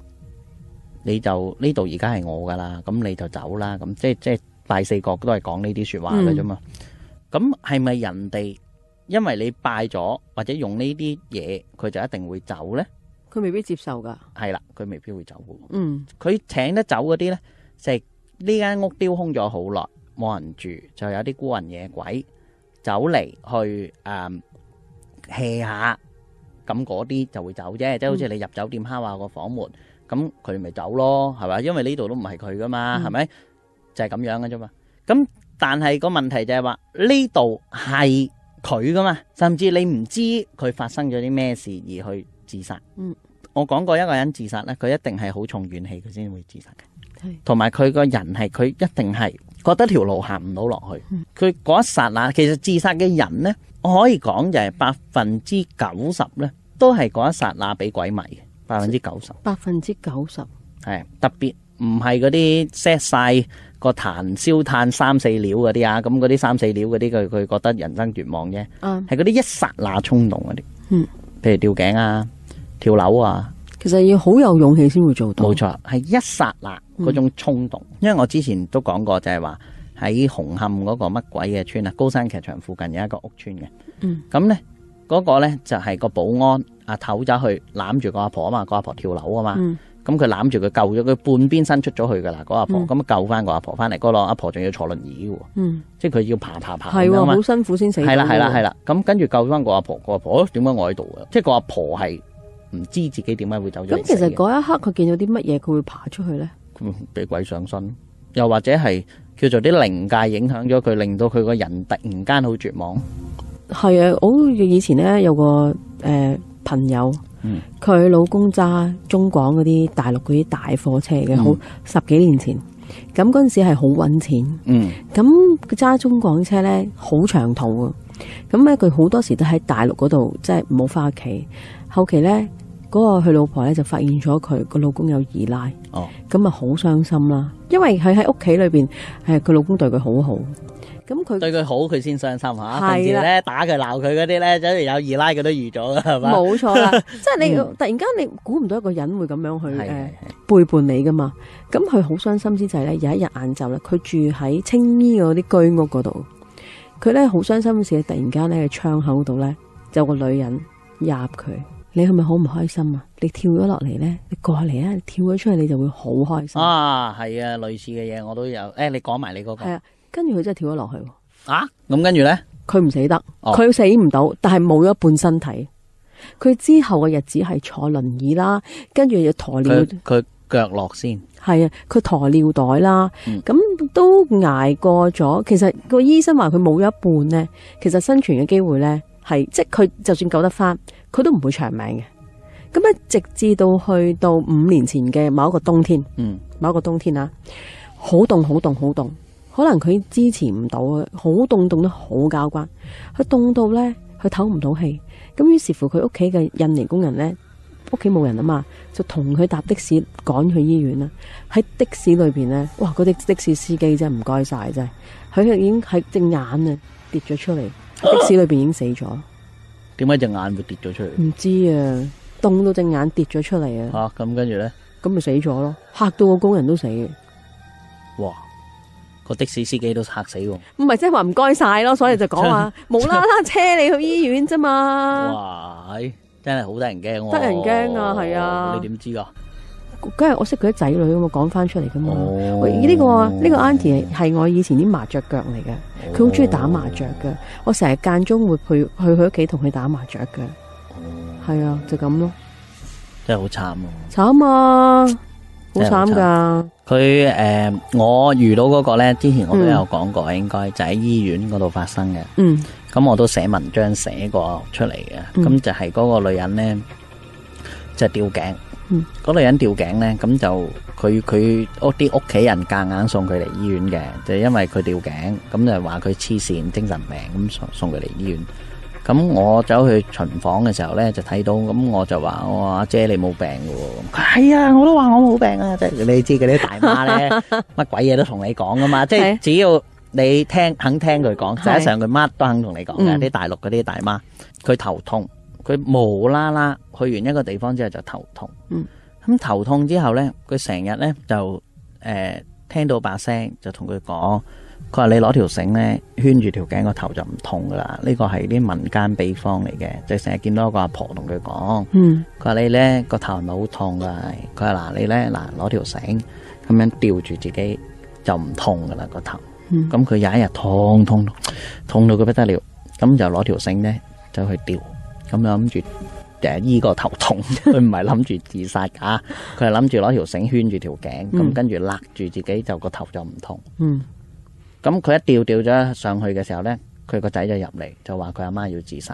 C: 你就呢度而家係我噶啦，咁你就走啦，咁即係即係拜四角都係講呢啲说話嘅啫嘛。咁係咪人哋因為你拜咗或者用呢啲嘢，佢就一定會走呢？
B: 佢未必接受噶。
C: 係啦，佢未必會走嘅喎。
B: 嗯，
C: 佢請得走嗰啲呢，就係呢間屋丟空咗好耐，冇人住，就有啲孤魂野鬼走嚟去誒 hea 下，咁嗰啲就會走啫，即係好
B: 嗯
C: 似你入酒店敲下個房門，咁佢咪走咯，係咪？因為呢度都唔係佢噶嘛，
B: 嗯
C: 係咪？就係咁樣嘅啫嘛。咁但係個問題就係話呢度係佢噶嘛，甚至你唔知佢發生咗啲咩事而去自殺。
B: 嗯，
C: 我講過一個人自殺咧，佢一定係好重怨氣，佢先會自殺嘅。
B: 係
C: 同埋佢個人係佢一定係覺得條路行唔到落去。佢嗰一剎那，其實自殺嘅人呢，我可以講就係百分之九十呢，都係嗰一剎那俾鬼迷嘅，百分之九十。
B: 百分之九十。
C: 系特別唔係嗰啲 set 晒個彈燒炭三四料嗰啲啊，咁嗰啲三四料嗰啲佢佢覺得人生絕望啫，
B: 啱
C: 係嗰啲一剎那衝動嗰啲，
B: 嗯，
C: 譬如吊頸啊、跳樓啊，
B: 其實要好有勇氣先會做到。
C: 冇錯，係一剎那嗰種衝動。因為我之前都講過就係話喺紅磡嗰個乜鬼嘅村啊，高山劇場附近有一個屋村嘅，
B: 嗯，
C: 咁呢嗰個呢就係個保安阿頭走去攬住個阿婆啊嘛，個阿婆跳樓啊嘛。
B: 嗯
C: 咁佢攬住佢救咗佢半邊身出咗去㗎啦，嗰阿婆
B: 嗯
C: 咁救翻個阿婆翻嚟，嗰個阿婆仲要坐輪椅嘅喎，
B: 嗯，
C: 即係佢要爬爬爬
B: 係
C: 啊咁樣
B: 喎，
C: 嘛
B: 啊好，辛苦先死。
C: 係啦係啦係。啦，咁跟住救翻個阿婆，個阿婆哦點解我喺度嘅？即係個阿婆係唔知自己點解會走咗
B: 咁
C: 嚟
B: 其
C: 死
B: 實
C: 嘅，
B: 嗰一刻佢見到啲乜嘢，佢會爬出去咧？
C: 咁俾鬼上身，又或者係叫做啲靈界影響咗佢，令到佢個人突然間好絕望。
B: 係啊，我以前咧有個诶、呃朋友
C: 嗯，
B: 佢、老公揸中港嗰啲大陸嗰啲大貨車嘅，
C: 嗯
B: 好、十幾年前。咁嗰陣時係好揾錢，
C: 嗯
B: 咁佢揸中港車咧好長途啊！咁咧佢好多時都喺大陸嗰度，即係冇翻屋企。後期咧嗰、個佢老婆咧就發現咗佢個老公有二奶，
C: 哦，
B: 咁啊好傷心啦。因為佢喺屋企裏邊，誒佢老公對佢好好，咁佢
C: 對佢好佢先傷心嚇，
B: 啦
C: 平時咧打佢鬧佢嗰啲咧，真係有二奶佢都預咗㗎係 嘛？
B: 冇錯 啦，即係你
C: 嗯
B: 突然間你估唔到一個人會咁樣去
C: 係
B: 誒
C: 係係
B: 背叛你噶嘛？咁佢好傷心之際咧，有一日晏晝咧，佢住喺青衣嗰啲居屋嗰度，佢咧好傷心嘅事，突然間咧喺窗口度咧就有個女人入佢，你係咪好唔開心啊？你跳咗落嚟咧，你過嚟啊，你跳咗出去你就會好開心。
C: 啊，係啊，類似嘅嘢我都有。誒、你講埋你嗰、個
B: 係啊，跟住佢真係跳咗落去喎，
C: 啊？咁跟住咧，
B: 佢唔死得，
C: 哦
B: 佢、死唔到，但係冇咗一半身體。佢之後嘅日子係坐輪椅啦，跟住又鴕鳥
C: 佢。佢腳落先，
B: 係啊，佢鴕尿袋啦
C: 嗯，
B: 咁、都捱過咗。其實個醫生話佢冇一半呢，其實生存嘅機會呢，係即係佢就算救得翻，佢都唔會長命嘅。咁咧，直至到去到五年前嘅某一個冬天，
C: 嗯，
B: 某一個冬天啊，好凍好凍好凍，可能佢支持唔到啊，好凍凍得好交關，佢凍到呢，佢唞唔到氣，咁於是乎佢屋企嘅印尼工人呢，屋企冇人啊嘛，就同佢搭的士趕去醫院啦。啊喺的士裏邊呢，哇！嗰啲的士司機真係唔該晒，真係，佢已經喺隻眼啊跌咗出嚟，的士裏邊已經死咗，
C: 點解隻眼會跌咗出嚟？
B: 唔知啊，凍到隻眼跌咗出嚟啊，
C: 啊，咁跟住咧，
B: 咁咪死咗咯，嚇到個工人都死嘅。
C: 哇！個的士司機都嚇死喎！
B: 唔係即係話唔該晒咯，所以就講話無啦啦車你去醫院啫嘛。
C: 哇！唉真係好得人驚喎！
B: 得人驚啊係啊
C: 你點知㗎？
B: 梗係我識佢啲仔女咁嘛，講翻出嚟噶嘛。
C: 哦
B: 喂，呢、個呢、個 auntie 係我以前啲麻雀腳嚟
C: 哦
B: 嘅，佢好中意打麻雀嘅。我成日間中會陪去佢屋企同佢打麻雀嘅。係啊，就咁咯，
C: 真係好慘啊！
B: 慘啊，好慘
C: 真係
B: 㗎。
C: 佢誒、我遇到嗰個咧，之前我都有講過，應該就喺醫院嗰度發生嘅。
B: 嗯
C: 咁我都寫文章寫過出嚟嘅，咁、
B: 嗯
C: 就係嗰個女人呢，就吊頸，
B: 嗯
C: 嗰女人吊頸咧，咁就佢佢屋啲屋企人夾硬送佢嚟醫院嘅，就因為佢吊頸，咁就話佢黐線精神病，咁送送佢嚟醫院。咁我走去巡房嘅時候咧，就睇到，咁我就話：我話阿姐你冇病嘅喎。佢係啊，我都話我冇病啊，即係你知嗰啲大媽 咧，乜鬼嘢都同你講噶嘛，即係
B: 係
C: 只要你聽肯聽佢講，實際
B: 係
C: 上佢乜都肯同你講嘅。
B: 嗯
C: 啲大陸嗰啲大媽，佢頭痛，佢無啦啦去完一個地方之後就頭痛。
B: 嗯，
C: 咁頭痛之後咧，佢成日咧就誒聽到把聲就同佢講。佢話你攞條繩咧圈住條頸個頭就唔痛噶啦，呢個係啲民間秘方嚟嘅，就成日見到一個阿婆同佢講，
B: 嗯
C: 佢話你咧個頭腦痛㗎，佢話嗱你咧嗱攞條繩咁樣吊住自己就唔痛㗎啦個頭。
B: 嗯
C: 咁佢有一日痛痛痛痛到佢不得了，咁就攞條繩咧走去吊，咁就諗住誒醫個頭痛， 佢唔係諗住自殺㗎，佢係諗住攞條繩圈住條頸，咁
B: 嗯
C: 跟住勒住自己就個頭就唔痛。
B: 嗯
C: 咁佢一吊吊咗上去嘅時候呢，佢個仔就入嚟就話佢阿媽要自殺。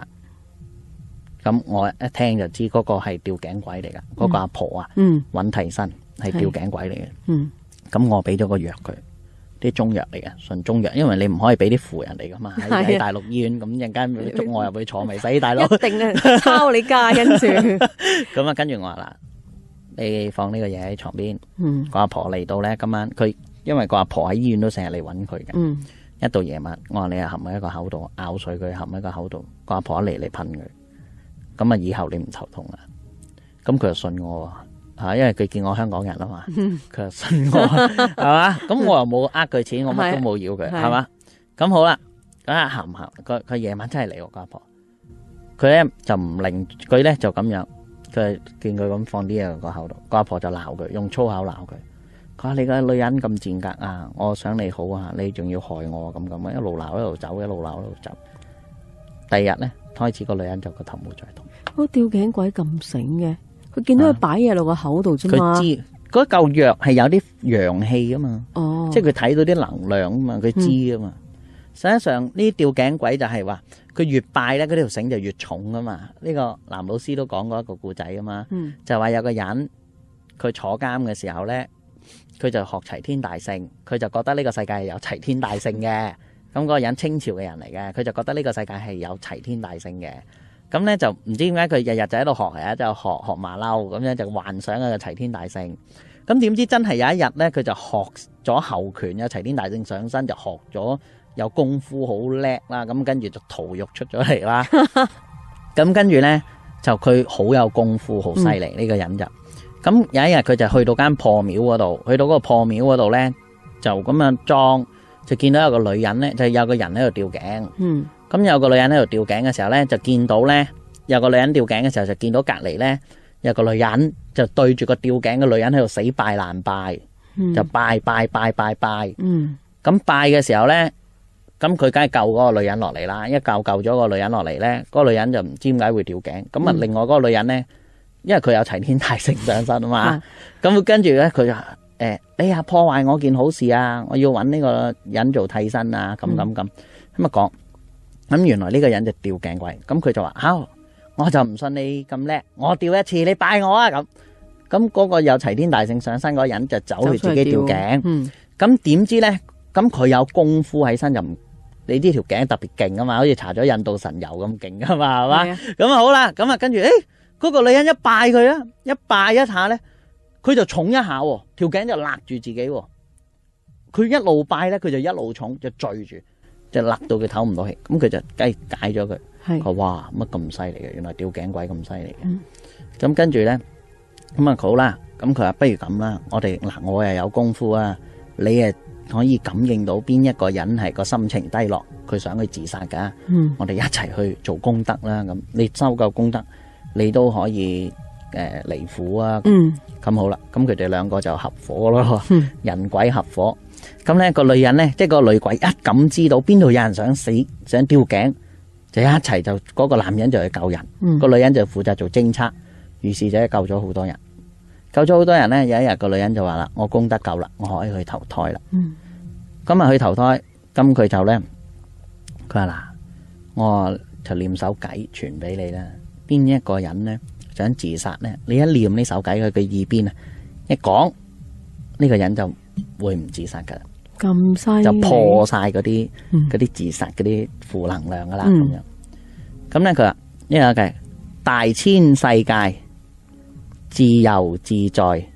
C: 咁我一聽就知嗰個係吊頸鬼嚟噶，嗰、個阿婆啊
B: 嗯
C: 揾替身係吊頸鬼嚟嘅。
B: 嗯
C: 咁我俾咗個藥佢，啲中藥嚟嘅，純中藥，因為你唔可以俾啲扶人嚟噶嘛。 喺
B: 係啊
C: 喺大陸醫院咁，陣間佢捉我入去坐咪死 大佬。
B: 一定咧抄你家，跟 住
C: 咁啊，跟住我話嗱，你放呢個嘢喺床邊。
B: 嗯
C: 個阿婆嚟到呢，今晚佢因為個阿婆喺醫院都成日嚟揾佢嘅。
B: 嗯
C: 一到夜晚，我話你係含喺一個口度，咬碎佢含喺個口度，個阿婆一嚟你噴佢，咁啊以後你唔頭痛啦。咁佢就信我喎，嚇，因為佢見我香港人啊嘛，佢就信我係嘛。咁我又冇呃佢錢，我乜都冇要佢
B: 係
C: 係嘛。咁好啦，咁啊含含佢佢夜晚真係嚟喎個阿婆，佢咧就唔令佢咧就咁樣，佢見佢咁放啲嘢落個口度，個阿婆就鬧佢，用粗口鬧佢。佢話你個女人咁賤格啊！我想你好啊，你仲要害我咁咁啊！一路鬧一路走，一路鬧一路走。第二日咧，開始個女人就個頭冇再痛，
B: 嗰哦吊頸鬼咁醒嘅，佢見到佢擺嘢落個口度啫嘛
C: 啊佢，知嗰嚿藥係有啲陽氣噶嘛，
B: 哦，
C: 即係佢睇到啲能量啊嘛，佢知啊嘛。實際上呢啲吊頸鬼就係話，佢越拜咧，嗰條繩就越重啊嘛。呢個藍老師都講過一個故仔啊嘛。
B: 嗯
C: 就話有個人佢坐監嘅時候呢，佢就學齊天大聖，佢就覺得呢個世界係有齊天大聖嘅。咁嗰個人清朝嘅人嚟嘅，佢就覺得呢個世界係有齊天大聖嘅。咁呢，就唔知點解佢日日就喺度學，日日就學學馬騮咁樣就幻想佢個齊天大聖。咁點知真係有一日呢，佢就學咗後拳有齊天大聖上身，就學咗有功夫好叻啦。咁跟住就逃獄出咗嚟啦。咁跟住呢，就佢好有功夫，好犀利呢個人就。咁有一日佢就去到間破廟嗰度，去到嗰個破廟嗰度呢，就咁樣裝，就見到有個女人呢，就有個人喺度吊頸。
B: 嗯
C: 咁有個女人喺度吊頸嘅時候呢，就見到呢，有個女人吊頸嘅時候就見到隔離呢，有個女人就對住個吊頸嘅女人喺度死拜爛拜，
B: 嗯
C: 就拜拜拜拜拜。
B: 嗯
C: 咁拜嘅時候呢，咁佢梗係救嗰個女人落嚟啦，一救救咗個女人落嚟呢，嗰、個女人就唔知點解會吊頸。咁啊，
B: 嗯
C: 另外嗰個女人呢，因為佢有齊天大聖上身啊嘛
B: 啊，
C: 咁跟住呢，佢就誒、你呀破壞我件好事啊！我要揾呢個人做替身啊！咁咁咁咁啊講，咁原來呢個人就吊頸鬼，咁佢就話：，嚇、我就唔信你咁叻，我吊一次你拜我啊！咁咁嗰個有齊天大聖上身嗰個人就走去自己吊頸。
B: 嗯
C: 咁點知呢？咁佢有功夫喺身就唔，你呢條頸特別勁啊嘛，好似搽咗印度神油咁勁啊嘛，係嘛？
B: 係啊
C: 咁啊好啦，咁啊跟住，誒、嗰、個女人一拜佢啦，一拜一下呢，佢就重一下喎，條頸就勒住自己喎。佢一路拜呢，佢就一路重，就墜住，就勒到佢唞唔到氣，咁佢就雞解咗佢。
B: 係
C: 佢哇乜咁犀利嘅，原來吊頸鬼咁犀利
B: 嗯
C: 嘅。咁跟住咧，咁啊好啦，咁佢話不如咁啦，我哋嗱我又有功夫啊，你誒可以感應到邊一個人係個心情低落，佢想去自殺㗎，
B: 嗯
C: 我哋一齊去做功德啦。咁你收夠功德，你都可以誒離苦啊。
B: 嗯
C: 咁好啦，咁佢哋兩個就合伙咯
B: 嗯，
C: 人鬼合伙。咁咧個女人咧，即係個女鬼一感知到邊度有人想死，想吊頸，就一齊就嗰個男人就去救人，
B: 嗯
C: 個女人就負責做偵測，於是就救咗好多人。救咗好多人咧，有一日個女人就話啦：我功德夠啦，我可以去投胎啦。
B: 嗯
C: 咁啊去投胎，咁佢就咧，佢話嗱，我就念首偈傳俾你啦。邊一個人咧想自殺咧，你一念呢手計佢嘅耳邊啊，一講呢、個人就會唔自殺噶啦，
B: 咁犀利，
C: 就破晒嗰啲
B: 嗯
C: 嗰啲自殺嗰啲負能量噶啦咁
B: 嗯
C: 樣。咁咧佢話呢個計大千世界自由自在，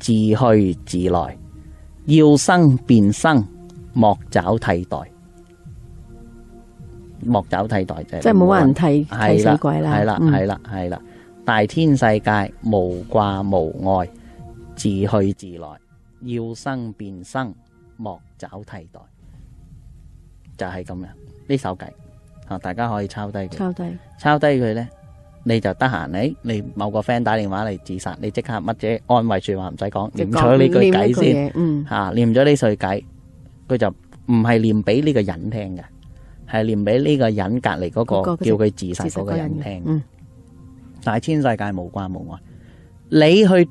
C: 自去自來，要生便生，莫找替代。莫找替代啫，
B: 即係冇乜人替替
C: 系
B: 死
C: 啦，
B: 鬼啦，
C: 系啦，
B: 嗯
C: 系啦，系啦。大天世界無掛無礙，自去自來，要生便生，莫找替代，就係咁樣呢首偈啊，大家可以抄低佢，
B: 抄低，
C: 抄低佢呢，你就得閒你你某個 friend 打電話嚟自殺，你即刻乜嘢安慰说話唔使講，
B: 就
C: 念
B: 講
C: 咗呢句
B: 念
C: 偈
B: 一句
C: 先。
B: 嘢，嗯，
C: 啊，念咗呢碎偈，佢就唔係念俾呢個人聽嘅，係念俾呢個人隔離嗰
B: 嗰個
C: 個叫佢自殺
B: 自殺
C: 嗰個
B: 嗰
C: 人
B: 人
C: 聽
B: 嘅，
C: 嘅。
B: 嗯，
C: 大千世界無關無礙，你去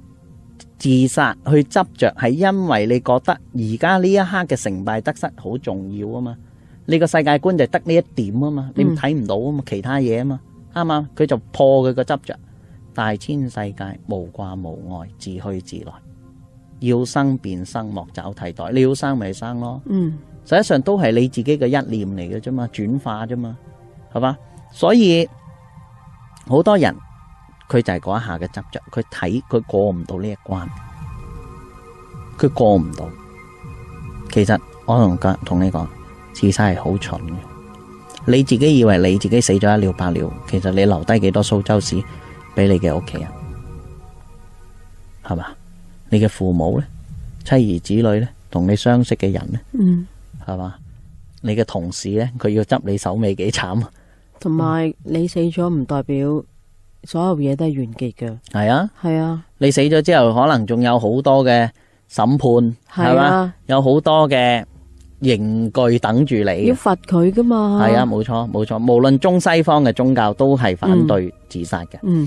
C: 自殺去執着，係因為你覺得而家呢一刻嘅成敗得失好重要啊嘛，你個世界觀就得呢一點啊嘛，你
B: 嗯
C: 睇唔到啊嘛，其他嘢啊嘛，啱唔啱？佢就破佢個執着。大千世界無掛無礙，自去自來，要生便生，莫找替代。你要生咪生咯，
B: 嗯，
C: 實際上都係你自己嘅一念嚟嘅啫嘛，轉化啫嘛，係嘛？所以好多人佢就係嗰一下嘅執着，佢睇佢過唔到呢一關，佢過唔到。其實我同家同你講，自殺係好蠢嘅。你自己以為你自己死咗一了百了，其實你留低幾多蘇州市俾你嘅屋企人，係嘛？你嘅父母咧、妻兒子女咧，同你相識嘅人咧。
B: 嗯。
C: 系嘛？你嘅同事咧，佢要執你手尾幾慘啊！
B: 同埋你死咗唔代表所有嘢都系完结嘅，
C: 係啊，
B: 系啊，
C: 你死咗之後，可能仲有好多嘅審判，係
B: 係
C: 嘛、
B: 啊
C: 有好多嘅刑具等住你
B: 要。啊罚佢噶嘛，
C: 係啊，，冇錯冇錯，無論中西方嘅宗教都係反對自殺嘅，
B: 嗯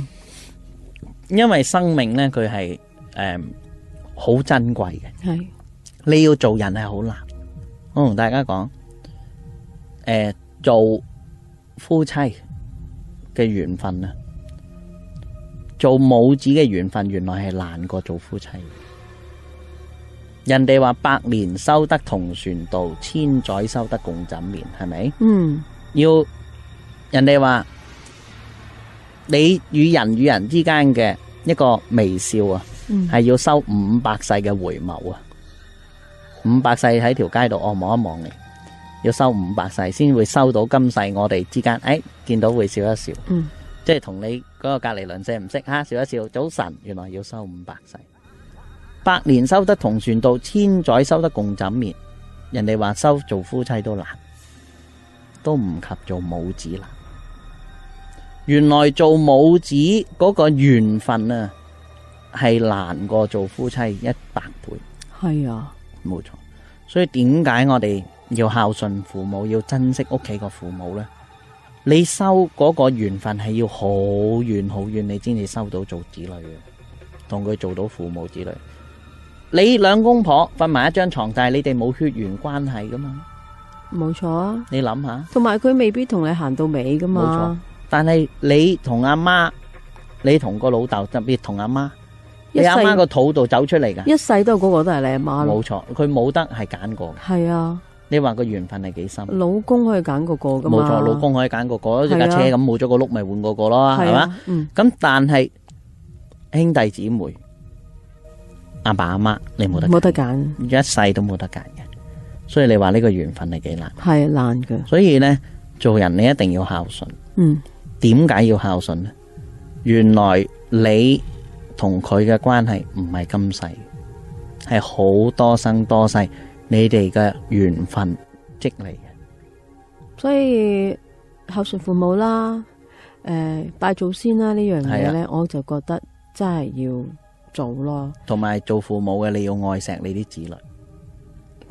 C: 因為生命咧佢係诶好珍貴嘅。
B: 系，
C: 你要做人係好難。我同大家講，诶、做夫妻嘅緣分啊，做母子嘅緣分原來係難過做夫妻嘅。人哋話百年修得同船渡，千載修得共枕眠，係咪？
B: 嗯
C: 要人哋話你與人與人之間嘅一個微笑啊，
B: 嗯
C: 係要收五百世嘅回眸啊！五百世喺條街度，我望一望你，要收五百世先會收到今世我哋之間，诶、見到會笑一笑，
B: 嗯
C: 即係同你嗰個隔離鄰舍唔識哈，笑一笑，早晨，原來要收五百世。百年修得同船渡，千載修得共枕眠。人哋話收做夫妻都難，都唔及做母子難。原來做母子嗰個緣分啊，係難過做夫妻一百倍，
B: 系啊，
C: 冇錯。所以點解我哋要孝順父母，要珍惜屋企個父母呢？你收嗰個緣分係要好遠好遠，你先至收到做子女嘅，同佢做到父母子女。你兩公婆瞓埋一張床，但係你哋冇血緣關係噶嘛？
B: 冇错啊，
C: 你諗下。
B: 同埋佢未必同你行到尾噶嘛，
C: 但係你同阿媽，你同個老豆，特別同阿媽，
B: 一
C: 你阿媽
B: 世
C: 個肚度走出嚟噶，
B: 一世都係嗰个都系你阿妈咯，
C: 冇錯，佢冇得係揀過嘅。
B: 系啊，
C: 你話個緣分係幾深？
B: 老公可以拣嗰個噶嘛，
C: 冇錯，老公可以揀個個，好似架車
B: 係
C: 咁冇咗個轆咪換個個咯，
B: 系
C: 係嘛？
B: 啊，嗯
C: 咁但係兄弟姊妹，阿爸阿媽，你冇得揀
B: 冇得拣，
C: 一世都冇得揀嘅。所以你話呢個緣分係幾難？
B: 系难嘅，
C: 所以呢，做人你一定要孝順。
B: 嗯
C: 點解要孝順呢？原來你同佢嘅關係唔係今世，係好多生多世，你哋嘅緣分積嚟嘅。
B: 所以孝顺父母啦，诶、拜祖先啦呢樣
C: 啊
B: 嘢咧，我就覺得真係要做咯。
C: 同埋做父母嘅，你要愛錫你啲子女，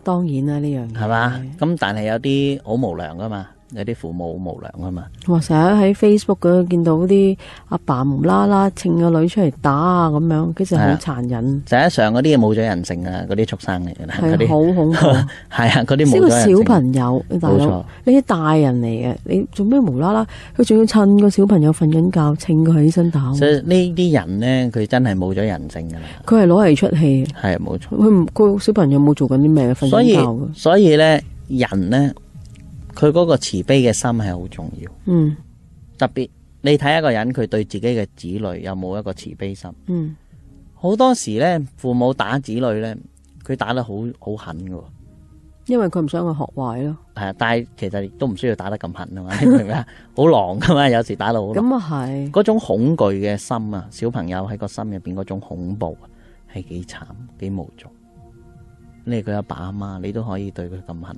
B: 當然啦呢樣嘢
C: 係嘛？咁但係有啲好無良噶嘛，有啲父母無良啊嘛。
B: 我成日喺 Facebook 嗰度見到啲阿爸無啦啦稱個女出嚟打啊咁樣，跟住好
C: 係啊
B: 殘忍，
C: 實際上嗰啲嘢冇咗人性啊，嗰啲畜生嚟㗎啦，嗰
B: 係好
C: 啲
B: 恐怖。
C: 係啊，嗰啲
B: 呢
C: 冇
B: 個
C: 咗人性。
B: 小朋友，你大
C: 冇
B: 佬
C: 錯，
B: 你啲大人嚟嘅，你做咩無啦啦？佢仲要趁個小朋友瞓緊覺，稱佢起身打喎，
C: 所以呢啲人咧，佢真係冇咗人性㗎啦，
B: 佢係攞嚟出氣嘅。
C: 係冇錯。
B: 佢唔，個小朋友冇做緊啲咩，瞓
C: 所
B: 緊
C: 以
B: 覺嘅。
C: 所以咧，人咧，佢嗰個慈悲嘅心係好重要。
B: 嗯
C: 特別你睇一個人，佢對自己嘅子女有冇一個慈悲心？
B: 嗯，
C: 好多時咧，父母打子女咧，佢打得好好狠㗎喎。
B: 因為佢唔想佢學壞咯。
C: 係啊，但係其實亦都唔需要打得咁狠啊嘛， 你明唔明啊？好狼噶嘛，有時打到好狼。
B: 咁啊係，
C: 嗰種恐懼嘅心啊，小朋友喺個心入邊嗰種恐怖啊，係幾慘幾無助。你係佢阿爸阿媽，你都可以對佢咁狠，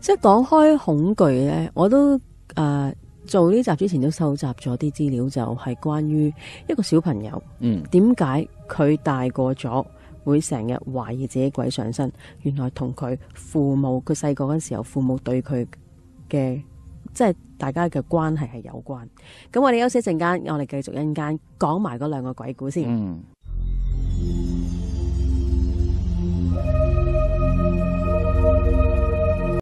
B: 即係講開恐懼咧，我都誒、呃做呢集之前都收集咗啲資料，就係關於一個小朋友。
C: 嗯，
B: 點解佢大個咗會成日懷疑自己鬼上身？原來同佢父母佢細個嗰陣時候，父母對佢嘅即係大家嘅關係係有關。咁我哋休息一陣間，我哋繼續一陣間講埋嗰兩個鬼故先。
C: 嗯。